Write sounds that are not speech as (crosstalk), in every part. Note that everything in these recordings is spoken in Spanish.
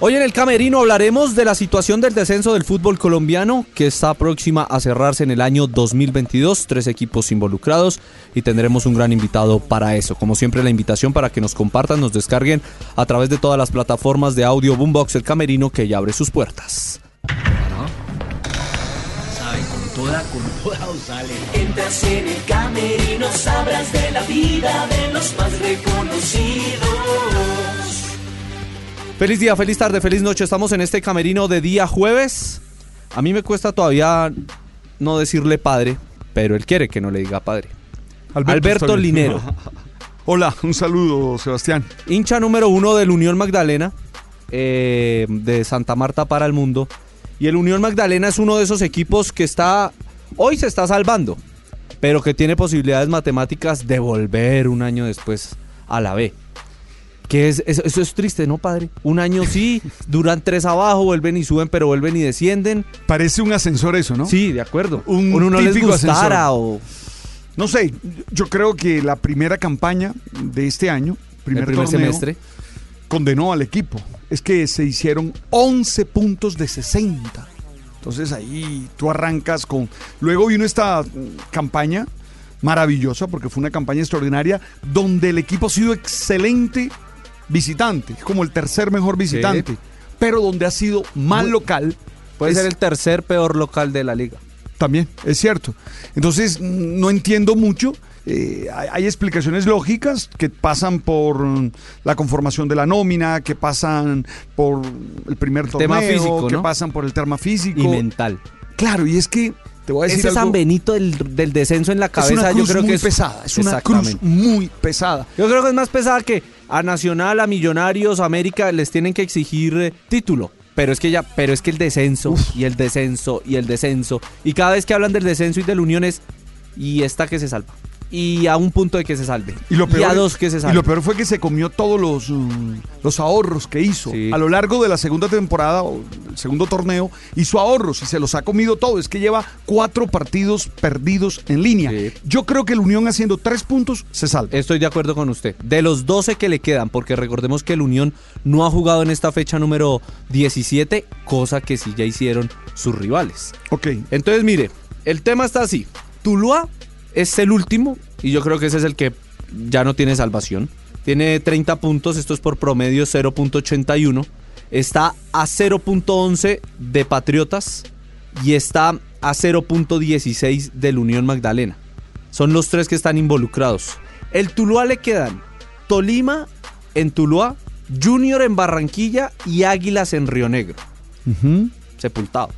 Hoy en el Camerino hablaremos de la situación del descenso del fútbol colombiano que está próxima a cerrarse en el año 2022, tres equipos involucrados y tendremos un gran invitado para eso. Como siempre la invitación para que nos compartan, nos descarguen a través de todas las plataformas de audio Boombox el Camerino que ya abre sus puertas. Entras en el camerino, sabrás de la vida de los más reconocidos. Feliz día, feliz tarde, feliz noche. Estamos en este camerino de día jueves. A mí me cuesta todavía no decirle padre, pero él quiere que no le diga padre. Alberto, está bien. Linero, (laughs) Hola, un saludo, Sebastián. hincha número uno del Unión Magdalena, eh, de Santa Marta para el mundo. Y el Unión Magdalena es uno de esos equipos que está, hoy se está salvando, pero que tiene posibilidades matemáticas de volver un año después a la B. Que es, eso, eso es triste, ¿no, padre? Un año (laughs) sí, duran tres abajo, vuelven y suben, pero vuelven y descienden. Parece un ascensor eso, ¿no? Sí, de acuerdo. Un Uno no les típico gustara o No sé, yo creo que la primera campaña de este año, primer, el primer torneo, semestre. condenó al equipo. Es que se hicieron 11 puntos de 60. Entonces ahí tú arrancas con... Luego vino esta mm, campaña maravillosa, porque fue una campaña extraordinaria, donde el equipo ha sido excelente visitante, es como el tercer mejor visitante, pero donde ha sido mal Muy- local. Puede es- ser el tercer peor local de la liga. También, es cierto. Entonces, mm, no entiendo mucho. Eh, hay, hay explicaciones lógicas que pasan por mm, la conformación de la nómina, que pasan por el primer torneo, tema físico, que ¿no? pasan por el tema físico. Y mental. Claro, y es que te voy a decir Ese San algo, Benito del, del descenso en la es cabeza una cruz yo creo muy que es pesada, es una cruz Exactamente. muy pesada. Yo creo que es más pesada que a Nacional, a Millonarios, a América les tienen que exigir eh, título. Pero es que ya, pero es que el descenso y el descenso y el descenso y cada vez que hablan del descenso y de la Unión es y esta que se salva y a un punto de que se salve Y, lo peor, a dos que se y salve. lo peor fue que se comió todos los, mm, los ahorros que hizo. Sí. A lo largo de la segunda temporada, o el segundo torneo, hizo ahorros y se los ha comido todo. Es que lleva cuatro partidos perdidos en línea. Sí. Yo creo que el Unión haciendo tres puntos se salva. Estoy de acuerdo con usted. De los 12 que le quedan, porque recordemos que el Unión no ha jugado en esta fecha número 17, cosa que sí ya hicieron sus rivales. Ok. Entonces, mire, el tema está así. Tuluá es el último y yo creo que ese es el que ya no tiene salvación. Tiene 30 puntos, esto es por promedio 0.81. Está a 0.11 de Patriotas y está a 0.16 del Unión Magdalena. Son los tres que están involucrados. El Tuluá le quedan Tolima en Tuluá, Junior en Barranquilla y Águilas en Río Negro. Sepultado.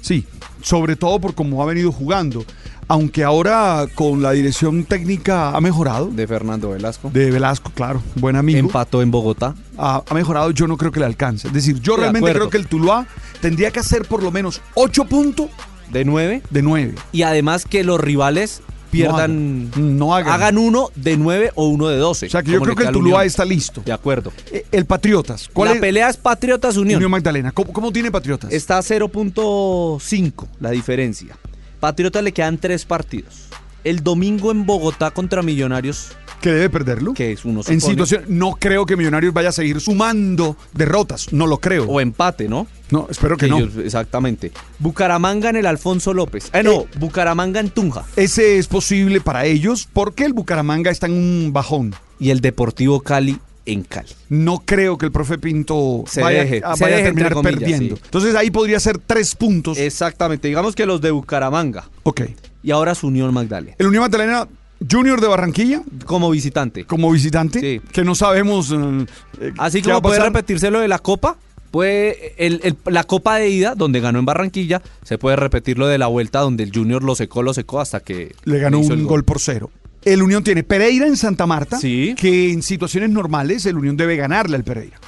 Sí, sobre todo por cómo ha venido jugando. Aunque ahora con la dirección técnica ha mejorado. De Fernando Velasco. De Velasco, claro, buen amigo. Empató en Bogotá. ha, ha mejorado, yo no creo que le alcance. Es decir, yo De realmente acuerdo. creo que el Tuluá tendría que hacer por lo menos 8 puntos de 9 de 9. y además que los rivales pierdan mm, No hagan. No hagan. uno de 9 o uno de 12. O sea, que yo como le creo que queda el al Tuluá Unión. está listo. de acuerdo. Eh, El Patriotas. ¿Cuál la es? pelea es Patriotas Unión. Unión Magdalena. ¿Cómo, cómo tiene Patriotas? Está a 0.5 la diferencia. Patriotas le quedan 3 partidos. El domingo en Bogotá contra Millonarios, que debe perderlo. que es uno supone, en situación, no creo que Millonarios vaya a seguir sumando derrotas. No lo creo. o empate, ¿no? no, espero que no. Ellos- exactamente. Bucaramanga en el Alfonso López. Eh, no, Eh. Bucaramanga en Tunja. Ese es posible para ellos porque el Bucaramanga está en un bajón. Y el Deportivo Cali en Cali. No creo que el profe Pinto Se vaya, deje, a, se vaya a deje, entre terminar comillas, perdiendo. sí. Entonces ahí podría ser tres puntos. Exactamente. Digamos que los de Bucaramanga. Ok. y ahora es Unión Magdalena El Unión Magdalena Junior de Barranquilla, como visitante. como visitante, Sí. que no sabemos. eh, eh, Así qué va como a puede pasar. repetirse lo de la Copa, puede el- el- la Copa de ida donde ganó en Barranquilla, se puede repetir lo de la vuelta donde el Junior lo secó, lo secó hasta que Le ganó hizo un el gol por cero. El Unión tiene Pereira en Santa Marta, Sí. que en situaciones normales el Unión debe ganarle al Pereira.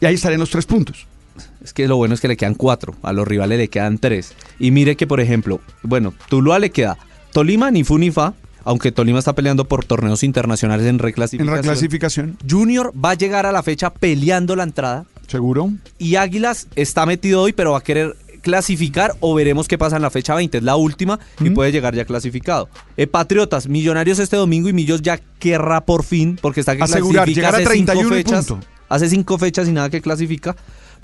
Y ahí estarían los tres puntos. Es que lo bueno es que le quedan cuatro, a los rivales le quedan tres. Y mire que, por ejemplo, bueno, Tuluá le queda Tolima, ni fu ni fa, aunque Tolima está peleando por torneos internacionales en En reclasificación. reclasificación, Junior va a llegar a la fecha peleando la entrada seguro. y Águilas está metido hoy, pero va a querer clasificar o veremos qué pasa en la fecha 20, es la última y puede llegar ya clasificado. Eh, Patriotas, Millonarios este domingo y Millos ya querrá por fin, porque está que Asegurar, clasifica llegar a hace cinco 31 y fechas, punto. hace cinco fechas y nada que clasifica.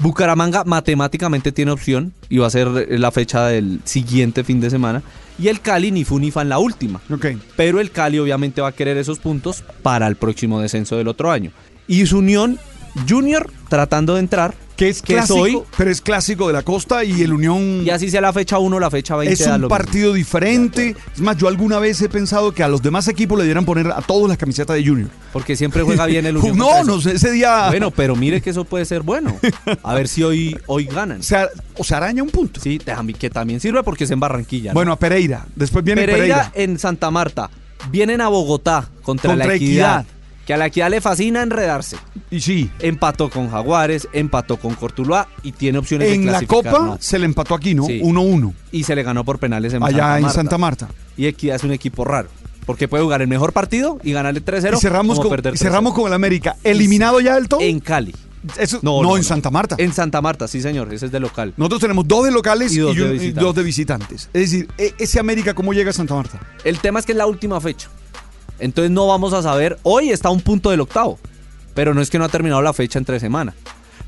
Bucaramanga matemáticamente tiene opción y va a ser eh, la fecha del siguiente fin de semana. Y el Cali ni fu ni fa en la última. Ok. Pero el Cali obviamente va a querer esos puntos para el próximo descenso del otro año. Y su unión, Junior tratando de entrar, Que es clásico, pero es clásico de la costa y el Unión y así sea la fecha 1 la fecha 20. es da un lo mismo. partido diferente. Es más, yo alguna vez he pensado que a los demás equipos le dieran poner a todos las camisetas de Junior. Porque siempre juega bien (laughs) el Unión. no, contra no, eso. ese día Bueno, pero mire que eso puede ser (laughs) bueno. A ver si hoy, hoy ganan. se, a- o se araña un punto. Sí, déjame que también sirve porque es en Barranquilla. ¿no? Bueno, a Pereira. Después viene Pereira, Pereira. en Santa Marta. Vienen a Bogotá contra, Contra la equidad, Equidad. Que a la equidad le fascina enredarse. Y sí, Empató con Jaguares, empató con Cortuluá y tiene opciones de en la clasificar, Copa ¿no? se le empató aquí, ¿no? Sí. 1-1. Y se le ganó por penales en allá Santa en Marta. Santa Marta. Y Equidad es un equipo raro. Porque puede jugar el mejor partido y ganarle 3-0. y cerramos, como con, perder y cerramos 3-0. con el América. ¿Eliminado ya del todo? En Cali. Eso- no, en Santa Marta. En Santa Marta, sí, señor. Ese es de local. Nosotros tenemos dos de locales y, Y dos de un- y visitantes. dos de visitantes. Es decir, e- ese América, ¿cómo llega a Santa Marta? El tema es que es la última fecha. Entonces no vamos a saber. Hoy está a un punto del octavo. Pero no es que no ha terminado la fecha entre semana.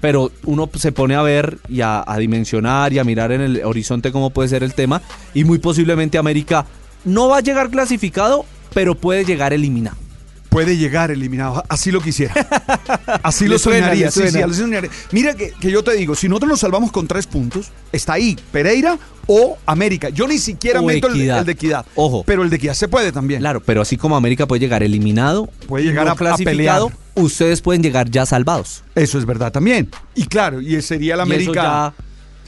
Pero uno se pone a ver y a, a dimensionar y a mirar en el horizonte cómo puede ser el tema. Y muy posiblemente América no va a llegar clasificado, pero puede llegar eliminado. Puede llegar eliminado. Así (laughs) lo quisiera. Así Le lo suena, soñaría. le sí, sí, suena. así soñaría. Mira que, que yo te digo, si nosotros nos salvamos con tres puntos, está ahí Pereira o América. Yo ni siquiera O meto el- Equidad. El, de Equidad. Ojo. Pero el de Equidad se puede también. Claro, pero así como América puede llegar eliminado, Puede llegar no a- a clasificado, pelear. ustedes pueden llegar ya salvados. Eso es verdad también. Y claro, y sería la Y eso América. ya,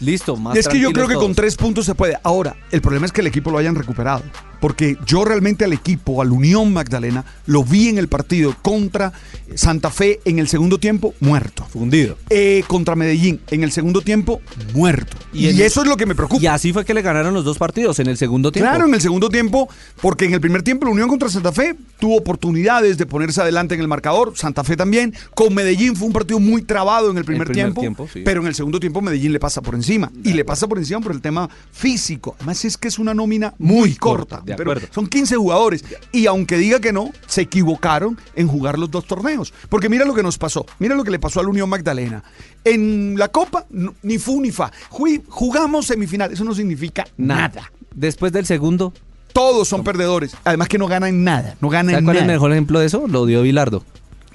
listo, más Y es que yo creo tranquilos que con todos. tres puntos se puede. Ahora, el problema es que el equipo lo hayan recuperado. Porque yo realmente al equipo, al Unión Magdalena, lo vi en el partido contra Santa Fe en el segundo tiempo muerto. fundido. Eh, contra Medellín en el segundo tiempo muerto. Y Y, en- eso es lo que me preocupa. Y así fue que le ganaron los dos partidos en el segundo tiempo. Claro, en el segundo tiempo, porque en el primer tiempo la Unión contra Santa Fe tuvo oportunidades de ponerse adelante en el marcador, Santa Fe también, con Medellín fue un partido muy trabado en el primer, primer tiempo, tiempo, sí. pero en el segundo tiempo Medellín le pasa por encima y le pasa por encima por el tema físico. Además es que es una nómina muy, corta, corta, de pero acuerdo. son 15 jugadores y aunque diga que no, se equivocaron en jugar los dos torneos, porque mira lo que nos pasó, mira lo que le pasó a la Unión Magdalena. En la Copa, no- ni fu ni fa. Ju- Jugamos semifinal, eso no significa nada. Después del segundo, Todos son perdedores. Además que no ganan nada. No ganan ¿sabes nada. cuál es el mejor ejemplo de eso? Lo dio Bilardo.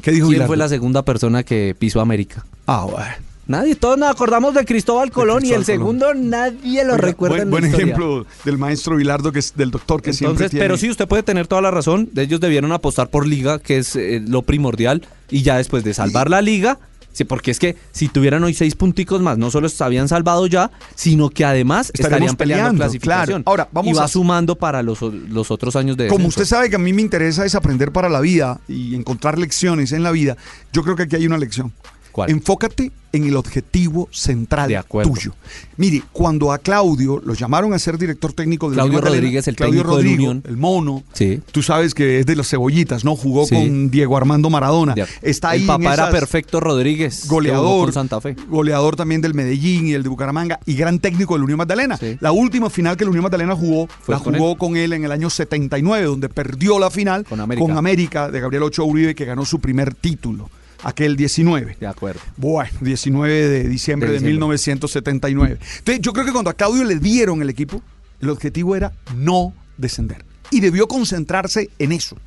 ¿Qué dijo ¿Quién Bilardo? fue la segunda persona que pisó América? Ah, bueno. Nadie, todos nos acordamos de Cristóbal Colón y Cristóbal el segundo nadie lo Oiga, recuerda buen, en la buen historia. ejemplo del maestro Bilardo, que es del doctor que siempre Entonces, tiene. pero sí, usted puede tener toda la razón. Ellos debieron apostar por liga, que es eh, lo primordial, y ya después de salvar la liga, sí, porque es que si tuvieran hoy seis punticos más, no solo se habían salvado ya, sino que además Estaríamos estarían peleando, peleando, clasificación. claro. Ahora, vamos y va a- sumando para los, o- los otros años de Como descenso. usted sabe que a mí me interesa es aprender para la vida y encontrar lecciones en la vida, yo creo que aquí hay una lección. ¿Cuál? Enfócate en el objetivo central De acuerdo. tuyo. Mire, cuando a Claudio lo llamaron a ser director técnico de la Claudio Unión Magdalena, Rodríguez, el Claudio técnico del Rodrigo, Unión. el mono. Sí. Tú sabes que es de las cebollitas, ¿no? Jugó Sí. con Diego Armando Maradona. Ya. Está ahí El en papá era esas- perfecto Rodríguez, que jugó goleador, con Santa Fe. goleador también del Medellín y el de Bucaramanga y gran técnico de la Unión Magdalena. Sí. La última final que la Unión Magdalena jugó, Fue la con jugó con él. en el año 79, donde perdió la final Con América. América, de Gabriel Ochoa Uribe, que ganó su primer título, aquel 19. De acuerdo. Bueno, 19 de diciembre De de, diciembre. 1979. Entonces, yo creo que cuando a Claudio le dieron el equipo, el objetivo era no descender. Y debió concentrarse en eso.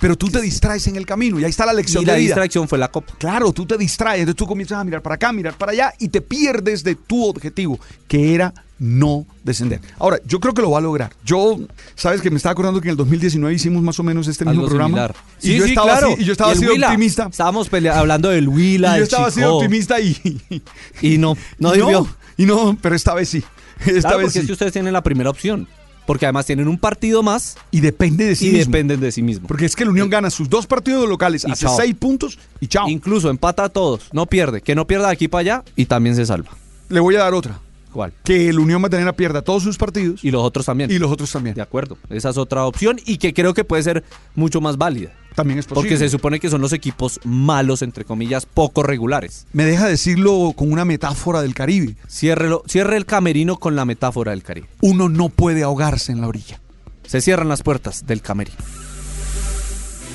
Pero tú te distraes en el camino y ahí está la lección Y la de vida. distracción fue la copa. Claro, tú te distraes, entonces tú comienzas a mirar para acá, mirar para allá y te pierdes de tu objetivo, que era no descender. Ahora, yo creo que lo va a lograr. Yo, sabes que me estaba acordando que en el 2019 hicimos más o menos este mismo Algo programa. similar. Y yo estaba así, y yo estaba el así de Huila. optimista. Estábamos pelea- hablando del Huila, y yo del estaba así de Chicó, optimista y Y (laughs) no, no y sirvió. y no, pero esta vez sí. Esta Claro, vez porque sí. (laughs) es que ustedes tienen la primera opción. porque además tienen un partido más Y depende de sí y mismo. dependen de sí mismos. Porque es que la Unión gana sus dos partidos locales, Y hace chao. seis puntos y chao. Incluso empata a todos, no pierde, que no pierda de aquí para allá y también se salva. Le voy a dar otra. ¿Cuál? Que el Unión Magdalena pierda todos sus partidos Y los otros también. y los otros también. De acuerdo, esa es otra opción y que creo que puede ser mucho más válida. También es posible. Porque se supone que son los equipos malos, entre comillas, poco regulares. Me deja decirlo con una metáfora del Caribe. Ciérrelo- cierre el camerino con la metáfora del Caribe. Uno no puede ahogarse en la orilla. Se cierran las puertas del camerino.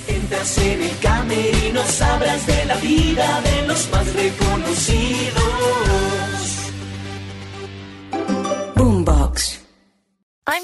Entras en el camerino, sabrás de la vida de los más reconocidos. Boombox. I'm